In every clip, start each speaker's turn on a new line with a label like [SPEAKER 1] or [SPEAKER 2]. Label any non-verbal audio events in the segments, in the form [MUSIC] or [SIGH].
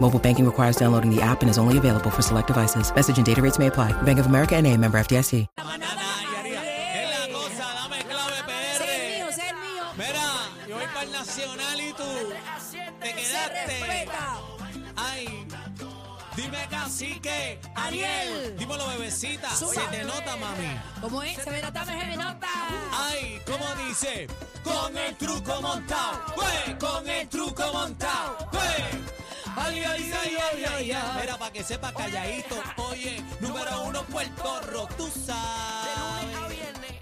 [SPEAKER 1] Mobile banking requires downloading the app and is only available for select devices. Message and data rates may apply. Bank of America and a member FDIC.
[SPEAKER 2] Es la cosa, dame clave
[SPEAKER 3] Ser
[SPEAKER 2] PR.
[SPEAKER 3] mío, ser mío.
[SPEAKER 2] Mira, yo voy para el Nacional y tú te
[SPEAKER 3] Se
[SPEAKER 2] quedaste.
[SPEAKER 3] respeta.
[SPEAKER 2] Ay, dime cacique, Ariel.
[SPEAKER 3] Ariel.
[SPEAKER 2] Dímelo, bebecita, se
[SPEAKER 3] Zumba.
[SPEAKER 2] te nota, mami.
[SPEAKER 3] ¿Cómo es? Se me nota, me- se me nota.
[SPEAKER 2] Ay, ¿cómo dice? Con el truco montado, güey, con el truco montado, güey. Ay, ay, ay, ay, ay, ay. Mira, para que sepa calladito, oye, número uno Puerto Rico, tú sabes.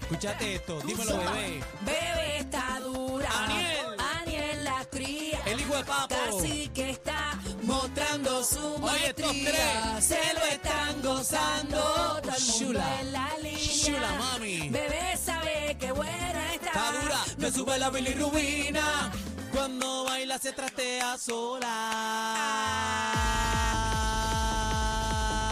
[SPEAKER 2] Escúchate esto, dímelo, bebé.
[SPEAKER 3] Bebé está dura.
[SPEAKER 2] Aniel.
[SPEAKER 3] Aniel la cría.
[SPEAKER 2] El hijo de papo.
[SPEAKER 3] Casi que está mostrando su
[SPEAKER 2] Oye, estos
[SPEAKER 3] maestría.
[SPEAKER 2] tres.
[SPEAKER 3] Se lo están gozando. Todo el mundo
[SPEAKER 2] Shula.
[SPEAKER 3] en la línea.
[SPEAKER 2] Shula, mami.
[SPEAKER 3] Bebé sabe que buena está.
[SPEAKER 2] Está dura, me sube la bilirrubina. Cuando baila se trastea sola.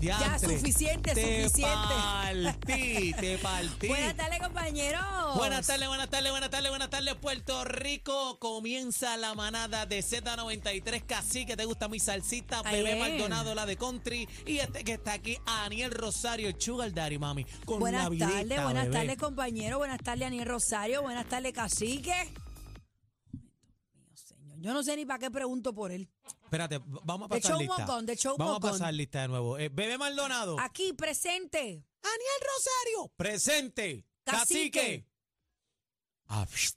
[SPEAKER 3] Ya,
[SPEAKER 2] Diantre,
[SPEAKER 3] suficiente,
[SPEAKER 2] te
[SPEAKER 3] suficiente.
[SPEAKER 2] Partí, te partí.
[SPEAKER 3] Buenas tardes, compañero.
[SPEAKER 2] Buenas tardes, buenas tardes, buenas tardes, buenas tardes, Puerto Rico. Comienza la manada de Z93 Cacique. ¿Te gusta mi salsita?
[SPEAKER 3] Ay,
[SPEAKER 2] Bebé
[SPEAKER 3] eh.
[SPEAKER 2] Maldonado, la de Country. Y este que está aquí, Aniel Rosario, el Sugar Daddy, mami. Con
[SPEAKER 3] Buenas
[SPEAKER 2] la vidita,
[SPEAKER 3] tardes, buenas
[SPEAKER 2] bebé.
[SPEAKER 3] tardes, compañero. Buenas tardes, Aniel Rosario. Buenas tardes, cacique. Ay, Dios mío, señor. Yo no sé ni para qué pregunto por él.
[SPEAKER 2] Espérate, v- vamos a
[SPEAKER 3] The
[SPEAKER 2] pasar
[SPEAKER 3] show
[SPEAKER 2] lista.
[SPEAKER 3] must go on, the show
[SPEAKER 2] vamos
[SPEAKER 3] must
[SPEAKER 2] a
[SPEAKER 3] go
[SPEAKER 2] pasar lista de nuevo. Eh, Bebé Maldonado.
[SPEAKER 3] Aquí presente.
[SPEAKER 2] Aniel Rosario. Presente. Cacique.
[SPEAKER 3] Cacique.
[SPEAKER 2] Ah, psh,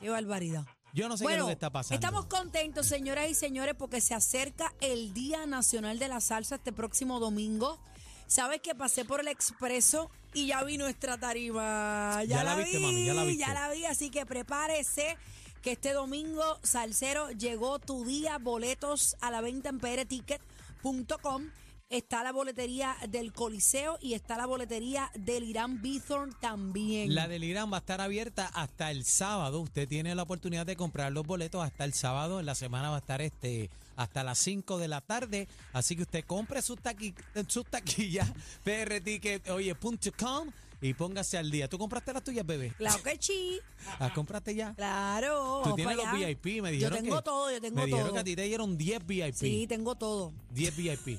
[SPEAKER 3] Qué barbaridad.
[SPEAKER 2] yo no sé qué es
[SPEAKER 3] bueno,
[SPEAKER 2] lo que está pasando.
[SPEAKER 3] estamos contentos, señoras y señores, porque se acerca el Día Nacional de la Salsa este próximo domingo. Sabes que pasé por el expreso y ya vi nuestra tarima. Ya,
[SPEAKER 2] Ya la viste,
[SPEAKER 3] vi,
[SPEAKER 2] mami, ya la viste.
[SPEAKER 3] vi, así que prepárese que este domingo, Salsero, llegó tu día, boletos a la venta en prticket.com. Está la boletería del Coliseo y está la boletería del Irán Bithorn también.
[SPEAKER 2] La del Irán va a estar abierta hasta el sábado. Usted tiene la oportunidad de comprar los boletos hasta el sábado. En la semana va a estar este hasta las 5 de la tarde. Así que usted compre sus, taqui, eh, sus taquillas [LAUGHS] E, prticket.com y póngase al día. ¿Tú compraste las tuyas, bebé?
[SPEAKER 3] Claro que sí.
[SPEAKER 2] ¿Las compraste ya?
[SPEAKER 3] Claro.
[SPEAKER 2] Tú
[SPEAKER 3] vamos
[SPEAKER 2] tienes
[SPEAKER 3] para
[SPEAKER 2] los
[SPEAKER 3] allá.
[SPEAKER 2] VIP, me
[SPEAKER 3] Oh, pues Yo
[SPEAKER 2] dijeron
[SPEAKER 3] tengo
[SPEAKER 2] que-
[SPEAKER 3] todo, yo tengo
[SPEAKER 2] Me dijeron
[SPEAKER 3] todo.
[SPEAKER 2] que a ti te dieron 10 VIP.
[SPEAKER 3] Sí, tengo todo. [LAUGHS]
[SPEAKER 2] 10 VIP.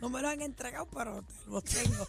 [SPEAKER 3] No me lo han entregado, pero te los tengo.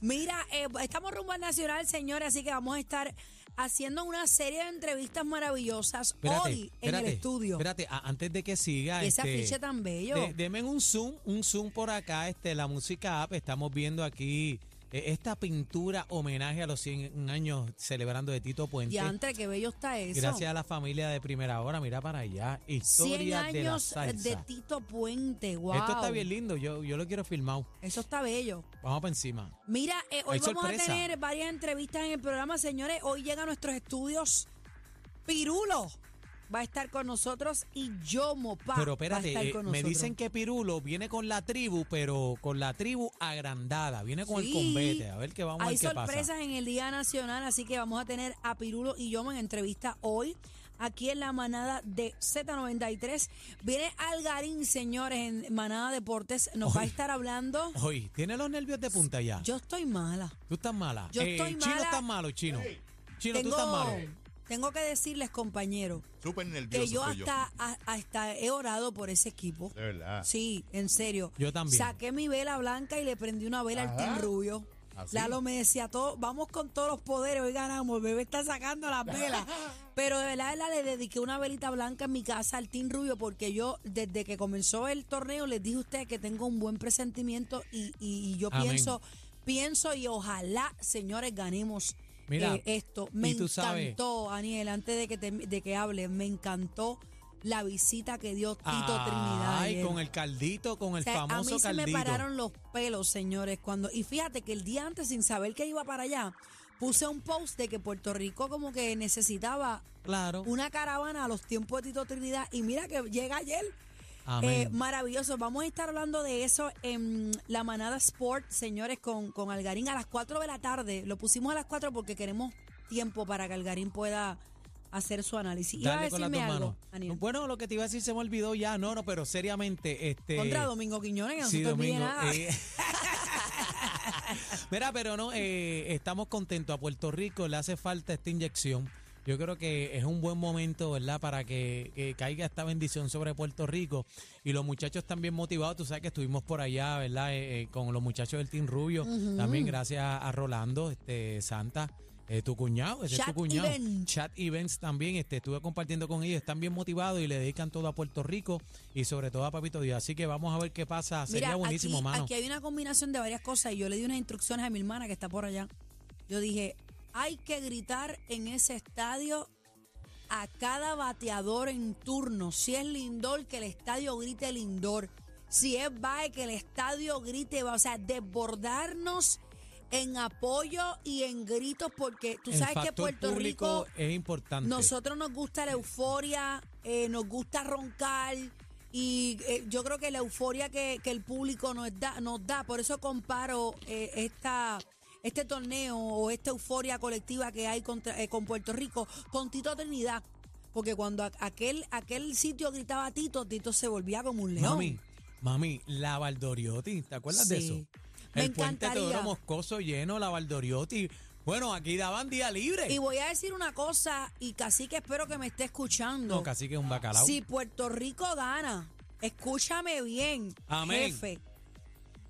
[SPEAKER 3] Mira, eh, estamos rumbo al Nacional, señores, así que vamos a estar haciendo una serie de entrevistas maravillosas
[SPEAKER 2] Espérate,
[SPEAKER 3] hoy en
[SPEAKER 2] espérate,
[SPEAKER 3] el estudio.
[SPEAKER 2] Espérate, a- antes de que siga.
[SPEAKER 3] Y ese
[SPEAKER 2] este,
[SPEAKER 3] afiche tan bello.
[SPEAKER 2] de- deme un zoom, un zoom por acá, este, la música app. Estamos viendo aquí eh, esta pintura homenaje a los 100 años celebrando de Tito Puente.
[SPEAKER 3] Y antes, qué bello está eso.
[SPEAKER 2] Gracias a la familia de primera hora, mira para allá.
[SPEAKER 3] 100
[SPEAKER 2] Historia de la
[SPEAKER 3] años eh,
[SPEAKER 2] salsa.
[SPEAKER 3] de Tito Puente, wow.
[SPEAKER 2] Esto está bien lindo, yo, yo lo quiero filmado.
[SPEAKER 3] Eso está bello.
[SPEAKER 2] Vamos para encima.
[SPEAKER 3] Mira, eh, hoy
[SPEAKER 2] Hay
[SPEAKER 3] vamos
[SPEAKER 2] sorpresa.
[SPEAKER 3] a tener varias entrevistas en el programa, señores. Hoy llega a nuestros estudios Pirulo. Va a estar con nosotros y Yomo Pa.
[SPEAKER 2] Pero
[SPEAKER 3] va a
[SPEAKER 2] espérate,
[SPEAKER 3] estar
[SPEAKER 2] eh,
[SPEAKER 3] con
[SPEAKER 2] me
[SPEAKER 3] nosotros.
[SPEAKER 2] dicen que Pirulo viene con la tribu, pero con la tribu agrandada, viene con el
[SPEAKER 3] Sí,
[SPEAKER 2] combate. A ver qué vamos a
[SPEAKER 3] Hay
[SPEAKER 2] ver qué
[SPEAKER 3] sorpresas
[SPEAKER 2] pasa.
[SPEAKER 3] en el Día Nacional, así que vamos a tener a Pirulo y Yomo en entrevista hoy. Aquí en la manada de Z93. Viene Algarín, señores, en Manada Deportes. Nos va a
[SPEAKER 2] Hoy. [LAUGHS]
[SPEAKER 3] estar hablando.
[SPEAKER 2] Hoy, ¿tiene los nervios de punta ya?
[SPEAKER 3] Yo estoy mala.
[SPEAKER 2] tú estás mala. Eh,
[SPEAKER 3] yo estoy
[SPEAKER 2] Chino,
[SPEAKER 3] mala.
[SPEAKER 2] estás malo, Chino. Chino, tú estás
[SPEAKER 3] Tengo,
[SPEAKER 2] malo.
[SPEAKER 3] tengo que decirles, compañero,
[SPEAKER 4] Súper nervioso.
[SPEAKER 3] que yo
[SPEAKER 4] estoy
[SPEAKER 3] hasta, a- hasta he orado por ese equipo.
[SPEAKER 4] De verdad.
[SPEAKER 3] Sí, en serio.
[SPEAKER 2] Yo también.
[SPEAKER 3] Saqué mi vela blanca y le prendí una vela al
[SPEAKER 4] Ajá.
[SPEAKER 3] Team Rubio.
[SPEAKER 4] Así.
[SPEAKER 3] Lalo me decía todo, vamos con todos los poderes, hoy ganamos, el bebé está sacando las velas. Pero de verdad, de verdad, le dediqué una velita blanca en mi casa al Team Rubio porque yo, desde que comenzó el torneo, les dije a ustedes que tengo un buen presentimiento y, y- y yo
[SPEAKER 2] Amén.
[SPEAKER 3] pienso, pienso y ojalá, señores, ganemos Mira,
[SPEAKER 2] Mira,
[SPEAKER 3] esto. Me
[SPEAKER 2] y tú sabes-
[SPEAKER 3] encantó, Aniel, antes de que, te- de que hable, me encantó la visita que dio Tito Trinidad.
[SPEAKER 2] Ay,
[SPEAKER 3] ayer.
[SPEAKER 2] con el caldito, con el
[SPEAKER 3] O sea, a
[SPEAKER 2] famoso
[SPEAKER 3] mí se
[SPEAKER 2] caldito.
[SPEAKER 3] me pararon los pelos, señores, cuando y fíjate que el día antes sin saber que iba para allá, puse un post de que Puerto Rico como que necesitaba
[SPEAKER 2] Claro.
[SPEAKER 3] una caravana a los tiempos de Tito Trinidad y mira que llega ayer.
[SPEAKER 2] Amén.
[SPEAKER 3] Eh, maravilloso. Vamos a estar hablando de eso en la manada Sport, señores, con, con Algarín a las 4 de la tarde. Lo pusimos a las 4 porque queremos tiempo para que Algarín pueda hacer su análisis. Iba a
[SPEAKER 2] Dale con las
[SPEAKER 3] decirme
[SPEAKER 2] dos
[SPEAKER 3] algo,
[SPEAKER 2] manos.
[SPEAKER 3] Aniel.
[SPEAKER 2] Bueno, lo que te iba a decir se me olvidó ya. No, no, pero seriamente, este.
[SPEAKER 3] Contra Domingo Quiñones, que no se
[SPEAKER 2] Sí,
[SPEAKER 3] te olvide
[SPEAKER 2] Domingo.
[SPEAKER 3] nada.
[SPEAKER 2] eh. [LAUGHS] Mira, pero no, eh, estamos contentos. A Puerto Rico le hace falta esta inyección. Yo creo que es un buen momento, ¿verdad?, para que, que caiga esta bendición sobre Puerto Rico. Y los muchachos también motivados. Tú sabes que estuvimos por allá, ¿verdad?, Eh, eh, con los muchachos del Team Rubio. También gracias a Rolando, este Santa. eh, tu cuñado, ese es tu
[SPEAKER 3] Chat
[SPEAKER 2] cuñado.
[SPEAKER 3] Event.
[SPEAKER 2] Chat Events también, este, estuve compartiendo con ellos, están bien motivados y le dedican todo a Puerto Rico y sobre todo a Papito Dios. Así que vamos a ver qué pasa. Sería
[SPEAKER 3] Mira,
[SPEAKER 2] buenísimo,
[SPEAKER 3] aquí,
[SPEAKER 2] mano.
[SPEAKER 3] aquí hay una combinación de varias cosas y yo le di unas instrucciones a mi hermana que está por allá. Yo dije, hay que gritar en ese estadio a cada bateador en turno. Si es Lindor, que el estadio grite Lindor. Si es Bae, que el estadio grite Bae. O sea, desbordarnos en apoyo y en gritos porque tú
[SPEAKER 2] El
[SPEAKER 3] sabes que
[SPEAKER 2] factor
[SPEAKER 3] Puerto
[SPEAKER 2] público
[SPEAKER 3] Rico
[SPEAKER 2] es importante.
[SPEAKER 3] nosotros nos gusta la euforia, eh, nos gusta roncar y eh, yo creo que la euforia que, que el público nos da, nos da, por eso comparo eh, esta este torneo o esta euforia colectiva que hay contra- eh, con Puerto Rico con Tito Trinidad, porque cuando a- aquel aquel sitio gritaba Tito, Tito se volvía como un león.
[SPEAKER 2] mami, mami, la Valdoriotti, ¿te acuerdas de eso?
[SPEAKER 3] Sí. Me
[SPEAKER 2] el puente
[SPEAKER 3] encantaría.
[SPEAKER 2] Teodoro Moscoso lleno, la Valdoriotti. Bueno, aquí daban día libre.
[SPEAKER 3] Y voy a decir una cosa y casi que espero que me esté escuchando.
[SPEAKER 2] no, casi que es un bacalao.
[SPEAKER 3] Si Puerto Rico gana, escúchame bien,
[SPEAKER 2] Amén.
[SPEAKER 3] jefe.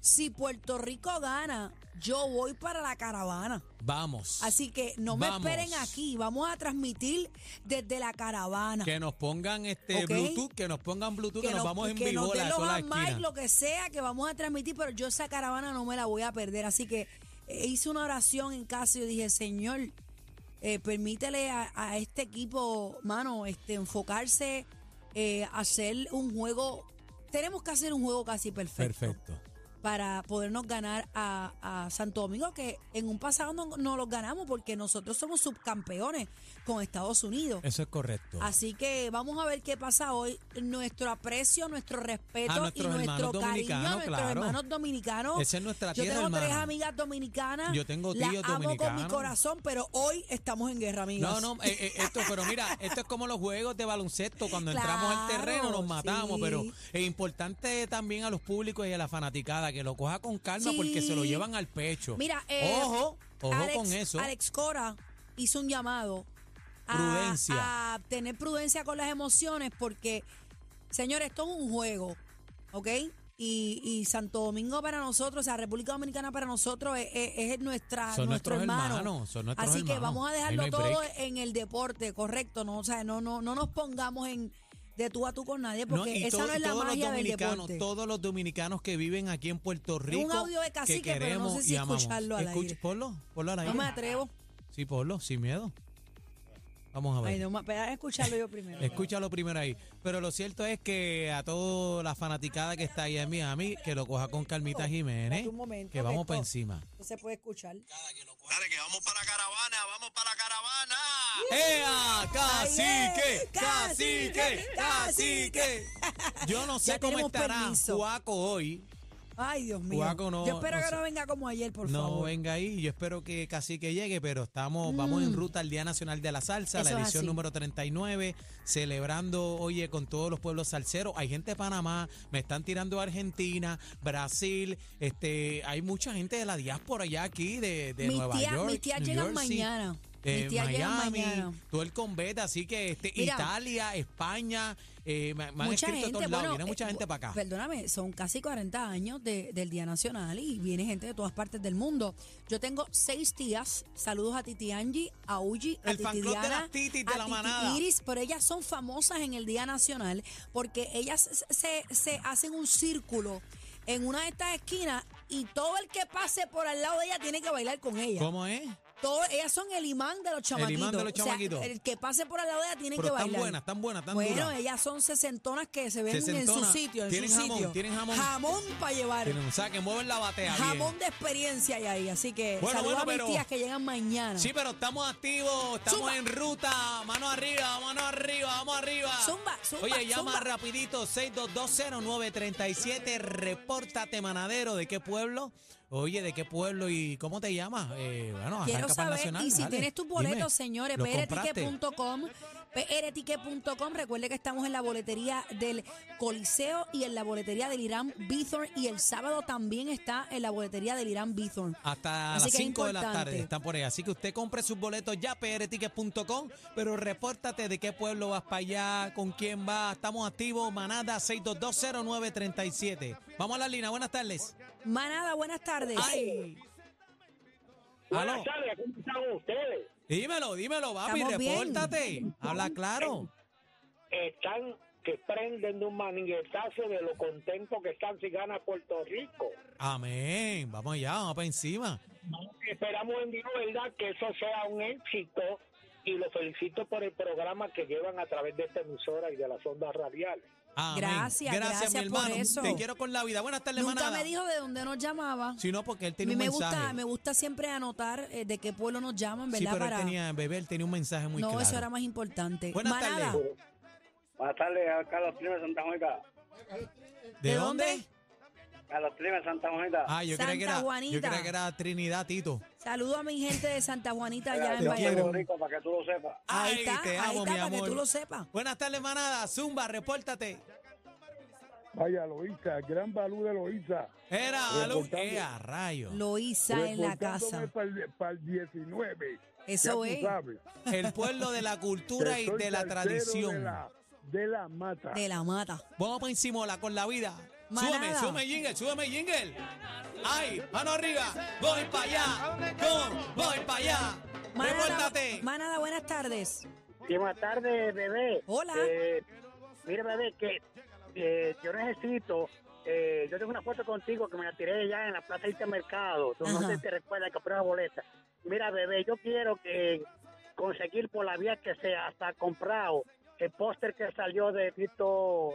[SPEAKER 3] Si Puerto Rico gana, yo voy para la caravana.
[SPEAKER 2] Vamos.
[SPEAKER 3] Así que no me
[SPEAKER 2] Vamos.
[SPEAKER 3] esperen aquí. Vamos a transmitir desde la caravana.
[SPEAKER 2] Que nos pongan este
[SPEAKER 3] Ok.
[SPEAKER 2] Bluetooth, que nos pongan Bluetooth, que, nos, vamos en
[SPEAKER 3] que nos
[SPEAKER 2] vivo
[SPEAKER 3] den
[SPEAKER 2] la
[SPEAKER 3] los
[SPEAKER 2] sola
[SPEAKER 3] handmikes,
[SPEAKER 2] esquina.
[SPEAKER 3] lo que sea que vamos a transmitir, pero yo esa caravana no me la voy a perder. Así que eh, hice una oración en casa y yo dije, Señor, eh, permítele a, a este equipo, mano, este, enfocarse, eh, hacer un juego. Tenemos que hacer un juego casi perfecto,
[SPEAKER 2] Perfecto.
[SPEAKER 3] para podernos ganar a, a Santo Domingo, que en un pasado no, no los ganamos porque nosotros somos subcampeones con Estados Unidos.
[SPEAKER 2] Eso es correcto.
[SPEAKER 3] Así que vamos a ver qué pasa hoy. Nuestro aprecio, nuestro respeto
[SPEAKER 2] A
[SPEAKER 3] y
[SPEAKER 2] nuestros
[SPEAKER 3] nuestro
[SPEAKER 2] hermanos
[SPEAKER 3] cariño a
[SPEAKER 2] dominicanos,
[SPEAKER 3] nuestros
[SPEAKER 2] claro.
[SPEAKER 3] hermanos dominicanos.
[SPEAKER 2] Esa es nuestra
[SPEAKER 3] Yo
[SPEAKER 2] tierra,
[SPEAKER 3] tengo tres
[SPEAKER 2] hermana.
[SPEAKER 3] amigas dominicanas.
[SPEAKER 2] Yo tengo
[SPEAKER 3] Las
[SPEAKER 2] tíos
[SPEAKER 3] amo con mi
[SPEAKER 2] dominicanos.
[SPEAKER 3] corazón, pero hoy estamos en guerra,
[SPEAKER 2] No,
[SPEAKER 3] amigas.
[SPEAKER 2] no, eh, eh, esto, pero mira, esto es como los juegos de baloncesto, cuando entramos al
[SPEAKER 3] Claro,
[SPEAKER 2] terreno nos matamos,
[SPEAKER 3] sí.
[SPEAKER 2] pero es importante también a los públicos y a la fanaticada que lo coja con calma
[SPEAKER 3] Sí.
[SPEAKER 2] porque se lo llevan al pecho.
[SPEAKER 3] Mira, eh,
[SPEAKER 2] ojo, ojo
[SPEAKER 3] Alex,
[SPEAKER 2] con eso.
[SPEAKER 3] Alex Cora hizo un llamado a,
[SPEAKER 2] Prudencia.
[SPEAKER 3] a tener prudencia con las emociones porque, señores, esto es un juego, ¿ok? Y, y Santo Domingo para nosotros, o sea, República Dominicana para nosotros es, es- es nuestra,
[SPEAKER 2] Son
[SPEAKER 3] nuestro
[SPEAKER 2] nuestros
[SPEAKER 3] hermano.
[SPEAKER 2] hermanos, son nuestros
[SPEAKER 3] Así que
[SPEAKER 2] hermanos.
[SPEAKER 3] vamos a
[SPEAKER 2] Ahí
[SPEAKER 3] dejarlo
[SPEAKER 2] no hay
[SPEAKER 3] todo
[SPEAKER 2] break.
[SPEAKER 3] en el deporte, correcto, ¿no? O sea, no, no, no nos pongamos en de tú a tú con nadie
[SPEAKER 2] No,
[SPEAKER 3] porque
[SPEAKER 2] y
[SPEAKER 3] esa
[SPEAKER 2] to-
[SPEAKER 3] no es la
[SPEAKER 2] todos los
[SPEAKER 3] magia del
[SPEAKER 2] dominicanos,
[SPEAKER 3] deporte.
[SPEAKER 2] Todos los dominicanos que viven aquí en Puerto Rico.
[SPEAKER 3] audio de cacique,
[SPEAKER 2] que
[SPEAKER 3] pero no
[SPEAKER 2] queremos
[SPEAKER 3] sé si
[SPEAKER 2] y amamos.
[SPEAKER 3] escucharlo al aire.
[SPEAKER 2] Ponlo, ponlo al aire.
[SPEAKER 3] No me atrevo.
[SPEAKER 2] Sí, ponlo, sin miedo. Vamos a ver.
[SPEAKER 3] Ay, no me espera a escucharlo yo primero.
[SPEAKER 2] Escúchalo primero ahí. Pero lo cierto es que a toda la fanaticada que está ahí en Miami, que lo coja con Carmita Jiménez,
[SPEAKER 3] Espérate un momento,
[SPEAKER 2] que vamos
[SPEAKER 3] esto-
[SPEAKER 2] para encima.
[SPEAKER 3] No se puede escuchar.
[SPEAKER 4] Dale, que vamos para caravana, vamos para caravana.
[SPEAKER 2] ¡Ea!
[SPEAKER 3] ¡Cacique!
[SPEAKER 2] ¡Cacique!
[SPEAKER 3] ¡Cacique!
[SPEAKER 2] ¡Cacique!
[SPEAKER 3] ¡Cacique!
[SPEAKER 2] ¡Cacique! Yo
[SPEAKER 3] [LAUGHS]
[SPEAKER 2] no
[SPEAKER 3] Ya
[SPEAKER 2] sé cómo
[SPEAKER 3] tenemos
[SPEAKER 2] estará
[SPEAKER 3] permiso.
[SPEAKER 2] Juaco hoy.
[SPEAKER 3] Ay, Dios mío.
[SPEAKER 2] Guaco, no-
[SPEAKER 3] Yo espero
[SPEAKER 2] no
[SPEAKER 3] que
[SPEAKER 2] sé.
[SPEAKER 3] no venga como ayer, por
[SPEAKER 2] no
[SPEAKER 3] favor.
[SPEAKER 2] venga ahí. Yo espero que Cacique llegue, pero estamos, vamos en ruta al Día Nacional de la Salsa,
[SPEAKER 3] Mm. Eso
[SPEAKER 2] la
[SPEAKER 3] es
[SPEAKER 2] edición
[SPEAKER 3] así.
[SPEAKER 2] número 39, celebrando, oye, con todos los pueblos salseros. Hay gente de Panamá, me están tirando de Argentina, Brasil, este, hay mucha gente de la diáspora ya aquí, de, de
[SPEAKER 3] Mis
[SPEAKER 2] Nueva
[SPEAKER 3] tías-
[SPEAKER 2] York.
[SPEAKER 3] mis tías
[SPEAKER 2] New
[SPEAKER 3] llegan
[SPEAKER 2] Jersey,
[SPEAKER 3] mañana.
[SPEAKER 2] de
[SPEAKER 3] Mis tías llegan
[SPEAKER 2] Miami,
[SPEAKER 3] mañana.
[SPEAKER 2] todo el convete, así que este,
[SPEAKER 3] Mira.
[SPEAKER 2] Italia, España, eh, me, me han escrito de todos lados,
[SPEAKER 3] bueno,
[SPEAKER 2] viene mucha
[SPEAKER 3] eh,
[SPEAKER 2] gente para acá.
[SPEAKER 3] Perdóname, son casi 40 años de- del Día Nacional y viene gente de todas partes del mundo. Yo tengo seis tías. Saludos a Titi Angie, a Uji, a
[SPEAKER 2] El
[SPEAKER 3] Titi
[SPEAKER 2] fan club de
[SPEAKER 3] Diana,
[SPEAKER 2] las titis de
[SPEAKER 3] a
[SPEAKER 2] la
[SPEAKER 3] Titi
[SPEAKER 2] manada.
[SPEAKER 3] Iris, pero ellas son famosas en el Día Nacional porque ellas se, se- se hacen un círculo en una de estas esquinas y todo el que pase por al lado de ella tiene que bailar con ella.
[SPEAKER 2] ¿Cómo es?
[SPEAKER 3] todo- ellas son el imán de los
[SPEAKER 2] El imán
[SPEAKER 3] chamaquitos.
[SPEAKER 2] de los
[SPEAKER 3] O sea,
[SPEAKER 2] chamaquitos.
[SPEAKER 3] el que pase por al lado de ella tiene
[SPEAKER 2] Pero
[SPEAKER 3] que
[SPEAKER 2] están
[SPEAKER 3] bailar.
[SPEAKER 2] buenas, están buenas, están
[SPEAKER 3] Bueno,
[SPEAKER 2] duras.
[SPEAKER 3] ellas son sesentonas que se ven en su
[SPEAKER 2] Sesentonas.
[SPEAKER 3] sitio, en
[SPEAKER 2] Tienen
[SPEAKER 3] su
[SPEAKER 2] jamón,
[SPEAKER 3] sitio.
[SPEAKER 2] tienen jamón.
[SPEAKER 3] para llevar.
[SPEAKER 2] Tienen- o sea, que mueven la batea bien.
[SPEAKER 3] jamón de experiencia hay ahí. Así que
[SPEAKER 2] Bueno,
[SPEAKER 3] saludos
[SPEAKER 2] bueno,
[SPEAKER 3] a mis
[SPEAKER 2] pero-
[SPEAKER 3] tías que llegan mañana.
[SPEAKER 2] Sí, pero estamos activos, estamos
[SPEAKER 3] Zumba.
[SPEAKER 2] en ruta, mano arriba, mano arriba, vamos arriba.
[SPEAKER 3] Zumba, zumba,
[SPEAKER 2] Oye, llama
[SPEAKER 3] zumba.
[SPEAKER 2] rapidito 6220937, repórtate manadero, ¿de qué pueblo? Oye, ¿de qué pueblo y cómo te llamas? Eh, bueno,
[SPEAKER 3] Quiero
[SPEAKER 2] arranca para
[SPEAKER 3] saber,
[SPEAKER 2] el nacional.
[SPEAKER 3] y si
[SPEAKER 2] dale,
[SPEAKER 3] tienes tus
[SPEAKER 2] dime,
[SPEAKER 3] boletos, señores,
[SPEAKER 2] ¿lo compraste?
[SPEAKER 3] prticket.com, prticket.com. Recuerde que estamos en la boletería del Coliseo y en la boletería del Irán Bithorn. Y el sábado también está en la boletería del Irán Bithorn.
[SPEAKER 2] Hasta
[SPEAKER 3] Así
[SPEAKER 2] las
[SPEAKER 3] que es
[SPEAKER 2] 5 de la
[SPEAKER 3] importante.
[SPEAKER 2] tarde están por ahí. Así que usted compre sus boletos ya, prticket.com, pero repórtate de qué pueblo vas para allá, con quién vas. Estamos activos, manada 6220937. Vamos a la línea, buenas tardes.
[SPEAKER 3] Manada, buenas tardes.
[SPEAKER 2] ¡Ay!
[SPEAKER 5] Buenas
[SPEAKER 2] ¡Aló!
[SPEAKER 5] tardes, ¿cómo están ustedes?
[SPEAKER 2] Dímelo, dímelo, papi,
[SPEAKER 3] Estamos bien.
[SPEAKER 2] repórtate. Habla claro.
[SPEAKER 5] Están que prenden de un maniguetazo de lo contento que están si gana Puerto Rico.
[SPEAKER 2] Amén. Vamos allá, vamos para encima.
[SPEAKER 5] Esperamos en Dios, ¿verdad? Que eso sea un éxito y los felicito por el programa que llevan a través de esta emisora y de las ondas radiales.
[SPEAKER 2] Amén.
[SPEAKER 3] Gracias, gracias
[SPEAKER 2] mi
[SPEAKER 3] por
[SPEAKER 2] hermano.
[SPEAKER 3] eso.
[SPEAKER 2] Te quiero con la vida. Buenas tardes,
[SPEAKER 3] Nunca
[SPEAKER 2] manada.
[SPEAKER 3] me dijo de dónde nos llamaba.
[SPEAKER 2] Si no, porque él
[SPEAKER 3] A
[SPEAKER 2] tiene
[SPEAKER 3] mí
[SPEAKER 2] un
[SPEAKER 3] me
[SPEAKER 2] mensaje.
[SPEAKER 3] gusta, me gusta siempre anotar eh, de qué pueblo nos llaman,
[SPEAKER 2] sí,
[SPEAKER 3] ¿verdad?
[SPEAKER 2] pero
[SPEAKER 3] Para-
[SPEAKER 2] él tenía, bebé, él tenía un mensaje muy
[SPEAKER 3] no,
[SPEAKER 2] claro.
[SPEAKER 3] eso era más importante.
[SPEAKER 2] Buenas
[SPEAKER 3] Eh, Manada,
[SPEAKER 2] tardes.
[SPEAKER 5] Buenas tardes a Carlos Trimes de Santa Juanita.
[SPEAKER 2] ¿De,
[SPEAKER 3] ¿de
[SPEAKER 2] dónde?
[SPEAKER 3] dónde?
[SPEAKER 5] Carlos Trimes de Santa Juanita.
[SPEAKER 2] Ah, yo
[SPEAKER 3] Santa
[SPEAKER 2] creía que era,
[SPEAKER 3] Juanita.
[SPEAKER 2] yo creía que era Trinidad, Tito.
[SPEAKER 3] saludo a mi gente de Santa Juanita allá en
[SPEAKER 2] Te
[SPEAKER 3] Bayamón.
[SPEAKER 2] quiero.
[SPEAKER 5] Rico, para que tú lo sepas.
[SPEAKER 3] Ahí
[SPEAKER 2] Ay,
[SPEAKER 3] está,
[SPEAKER 2] te
[SPEAKER 3] ahí
[SPEAKER 2] amo,
[SPEAKER 3] está,
[SPEAKER 2] mi
[SPEAKER 3] para que
[SPEAKER 2] amor.
[SPEAKER 3] tú lo sepas.
[SPEAKER 2] Buenas tardes, manada. Zumba, repórtate.
[SPEAKER 6] Vaya, Loisa, gran valor de Loisa.
[SPEAKER 2] Era, Lu-
[SPEAKER 6] Reportando.
[SPEAKER 2] eh, a rayo.
[SPEAKER 3] Loisa en la casa.
[SPEAKER 6] Para el, 19.
[SPEAKER 3] Eso
[SPEAKER 6] ya tú
[SPEAKER 3] es.
[SPEAKER 6] sabes,
[SPEAKER 2] El pueblo de la cultura
[SPEAKER 6] que
[SPEAKER 2] y
[SPEAKER 6] soy
[SPEAKER 2] de la
[SPEAKER 6] salsero
[SPEAKER 2] tradición.
[SPEAKER 6] De la, de la mata.
[SPEAKER 3] De la mata.
[SPEAKER 2] Vamos para encima con la vida.
[SPEAKER 3] Manada.
[SPEAKER 2] Súbeme, súbeme jingle, súbeme jingle. Ay, mano arriba, voy para allá, con, voy para allá.
[SPEAKER 3] Manada,
[SPEAKER 2] Repórtate.
[SPEAKER 3] Manada, buenas tardes.
[SPEAKER 5] Buenas tardes, bebé.
[SPEAKER 3] Hola.
[SPEAKER 5] Eh, mira, bebé, que eh, yo necesito. eh, yo tengo una foto contigo que me la tiré ya en la plaza de mercado. Tú no
[SPEAKER 3] Ajá.
[SPEAKER 5] sé si te recuerdas que compré una boleta. Mira, bebé, yo quiero que conseguir por la vía que sea hasta comprado el póster que salió de Tito.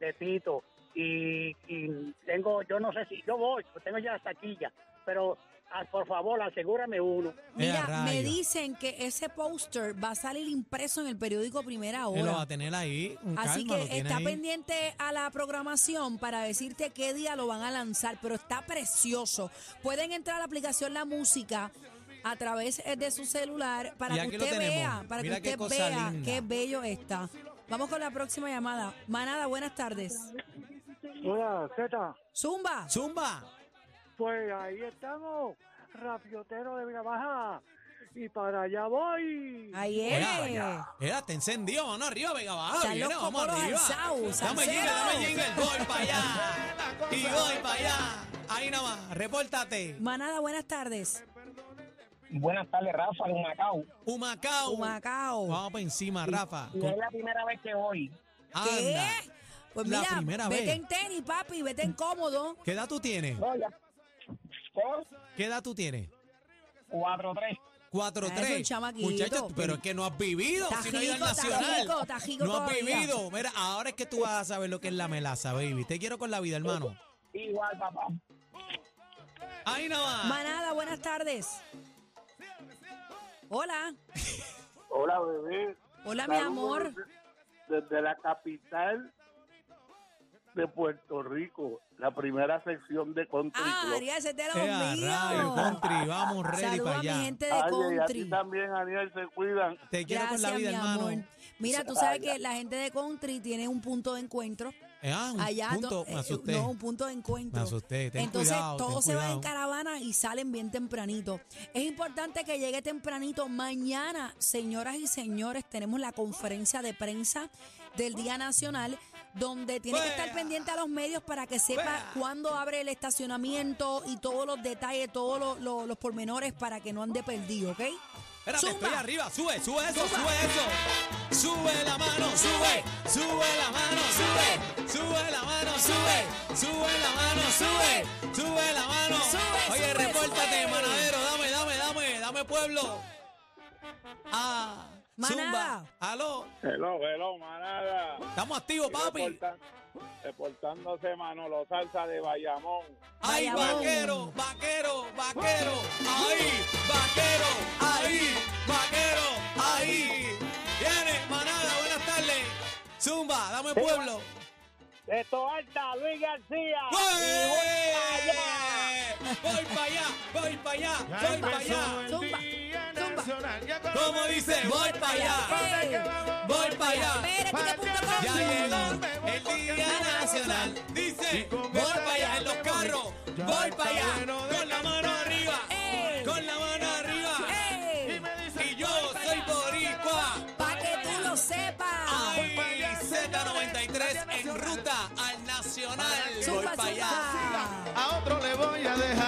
[SPEAKER 5] De Tito. Y, y tengo, yo no sé si, yo voy, lo tengo ya hasta aquí ya. Pero ah, por favor, asegúrame uno.
[SPEAKER 2] Ea,
[SPEAKER 3] Mira, me
[SPEAKER 2] rayo.
[SPEAKER 3] dicen que ese póster va a salir impreso en el periódico Primera
[SPEAKER 2] Él lo va
[SPEAKER 3] Hora.
[SPEAKER 2] a tener ahí. con
[SPEAKER 3] Así
[SPEAKER 2] calma, lo
[SPEAKER 3] que
[SPEAKER 2] tiene
[SPEAKER 3] está
[SPEAKER 2] ahí.
[SPEAKER 3] pendiente a la programación para decirte qué día lo van a lanzar, pero está precioso. Pueden entrar a la aplicación La Música a través eh, de su celular para
[SPEAKER 2] Y
[SPEAKER 3] que
[SPEAKER 2] aquí lo
[SPEAKER 3] usted
[SPEAKER 2] tenemos.
[SPEAKER 3] vea, para
[SPEAKER 2] Mira
[SPEAKER 3] que
[SPEAKER 2] qué
[SPEAKER 3] usted
[SPEAKER 2] cosa
[SPEAKER 3] vea
[SPEAKER 2] linda.
[SPEAKER 3] qué bello está. Vamos con la próxima llamada. Manada, buenas tardes.
[SPEAKER 7] Hola, ¿qué tal?
[SPEAKER 3] Zumba.
[SPEAKER 2] Zumba.
[SPEAKER 7] Pues ahí estamos, rapiotero de Vega Y para allá voy.
[SPEAKER 3] Ahí es.
[SPEAKER 2] Era, era, te encendió, mano arriba, venga, baja.
[SPEAKER 3] Eh. Están
[SPEAKER 2] viene,
[SPEAKER 3] los
[SPEAKER 2] vamos
[SPEAKER 3] cocoros
[SPEAKER 2] arriba.
[SPEAKER 3] alzados,
[SPEAKER 2] dame jingle,
[SPEAKER 3] salseros.
[SPEAKER 2] dame jingle, voy para allá. Y voy para allá. Ahí nada más, repórtate.
[SPEAKER 3] Manada, buenas tardes.
[SPEAKER 5] Buenas tardes, Rafa, de Macao.
[SPEAKER 2] Humacao.
[SPEAKER 3] Humacao.
[SPEAKER 2] Vamos para encima, Rafa.
[SPEAKER 5] Y es la primera vez que voy.
[SPEAKER 3] ¿Qué?
[SPEAKER 2] Anda.
[SPEAKER 3] Pues
[SPEAKER 2] La
[SPEAKER 3] mira,
[SPEAKER 2] primera
[SPEAKER 3] vete
[SPEAKER 2] vez.
[SPEAKER 3] en tenis, papi, vete en cómodo.
[SPEAKER 2] ¿Qué edad tú tienes? ¿Qué edad tú tienes?
[SPEAKER 5] 4-3.
[SPEAKER 3] Ah, es un
[SPEAKER 2] 4-3.
[SPEAKER 3] chamaquito.
[SPEAKER 2] Muchachos, pero es que no has vivido.
[SPEAKER 3] Está
[SPEAKER 2] si no has ido al
[SPEAKER 3] jico, está
[SPEAKER 2] nacional.
[SPEAKER 3] jico, está jico
[SPEAKER 2] no has
[SPEAKER 3] todavía.
[SPEAKER 2] vivido. Mira, ahora es que tú vas a saber lo que es la melaza, baby. Te quiero con la vida, hermano.
[SPEAKER 5] Igual, papá.
[SPEAKER 2] Ahí nada más.
[SPEAKER 3] Manada, buenas tardes. Hola.
[SPEAKER 7] Hola, bebé.
[SPEAKER 3] Hola, mi
[SPEAKER 7] Saludos
[SPEAKER 3] amor.
[SPEAKER 7] Desde, desde la capital de Puerto Rico, la primera sección de Country
[SPEAKER 3] Ah,
[SPEAKER 7] Club.
[SPEAKER 3] Ariel, ese es de los
[SPEAKER 2] Eh, a rayos,
[SPEAKER 3] míos.
[SPEAKER 2] country, vamos ready
[SPEAKER 3] Saludos
[SPEAKER 2] para
[SPEAKER 3] a mi
[SPEAKER 2] allá.
[SPEAKER 3] gente de
[SPEAKER 7] Ay, y a ti
[SPEAKER 3] country.
[SPEAKER 7] también, Ariel, se cuidan.
[SPEAKER 2] Te quiero
[SPEAKER 3] Gracias,
[SPEAKER 2] con la vida,
[SPEAKER 3] mi
[SPEAKER 2] hermano.
[SPEAKER 3] amor. Mira, tú sabes que la gente de country tiene un punto de encuentro.
[SPEAKER 2] Eh, ah, un
[SPEAKER 3] Allá,
[SPEAKER 2] punto,
[SPEAKER 3] do-
[SPEAKER 2] me
[SPEAKER 3] eh,
[SPEAKER 2] asusté.
[SPEAKER 3] no, un punto de encuentro.
[SPEAKER 2] Me asusté, ten
[SPEAKER 3] Entonces,
[SPEAKER 2] cuidado, ten
[SPEAKER 3] todos se van en
[SPEAKER 2] cuidado.
[SPEAKER 3] caravana y salen bien tempranito. Es importante que llegue tempranito. Mañana, señoras y señores, tenemos la conferencia de prensa del Día Nacional, donde tiene que estar
[SPEAKER 2] Vea.
[SPEAKER 3] pendiente a los medios para que sepa
[SPEAKER 2] Vea.
[SPEAKER 3] cuándo abre el estacionamiento y todos los detalles, todos los, los- los pormenores para que no ande perdido, ¿ok?
[SPEAKER 2] Espérate,
[SPEAKER 3] Zumba.
[SPEAKER 2] estoy arriba. Sube, sube eso,
[SPEAKER 3] Zumba.
[SPEAKER 2] sube eso. Sube la mano, sube. Sube la mano, sube. Sube la mano, sube. Sube la mano, sube. Sube la mano.
[SPEAKER 3] Sube,
[SPEAKER 2] Oye,
[SPEAKER 3] sube,
[SPEAKER 2] repórtate,
[SPEAKER 3] sube.
[SPEAKER 2] manadero. Dame, dame, dame. Dame Dime, pueblo. Ah,
[SPEAKER 3] Manada.
[SPEAKER 2] Zumba. Aló.
[SPEAKER 6] Hello, hello, manada.
[SPEAKER 2] Estamos activos, papi.
[SPEAKER 6] Reporta- reportándose Manolo Salsa de Bayamón.
[SPEAKER 2] Ay,
[SPEAKER 3] Bayamón.
[SPEAKER 2] vaquero, vaquero, vaquero. Ahí, vaquero, ahí, vaquero, ahí. Viene, manada, buenas tardes. Zumba, dame pueblo.
[SPEAKER 5] Esto alta, Luis García.
[SPEAKER 2] ¡Voy
[SPEAKER 5] Y voy allá.
[SPEAKER 2] Voy para allá, voy para allá, voy para allá.
[SPEAKER 3] Zumba, zumba.
[SPEAKER 2] Como dice, voy para allá, voy para allá.
[SPEAKER 3] Espérate.com.
[SPEAKER 2] Ya llegó el Día Nacional. Dice, voy para allá en los carros, voy para allá. Con la mano arriba,
[SPEAKER 3] Ey.
[SPEAKER 2] con la mano arriba.
[SPEAKER 3] ¡Ey!
[SPEAKER 2] Y yo soy boricua.
[SPEAKER 3] Para que tú lo sepas.
[SPEAKER 2] Ay, Z93 en ruta al Nacional. Voy
[SPEAKER 3] Zumba,
[SPEAKER 2] para allá.
[SPEAKER 3] zumba.
[SPEAKER 8] A otro le voy a dejar.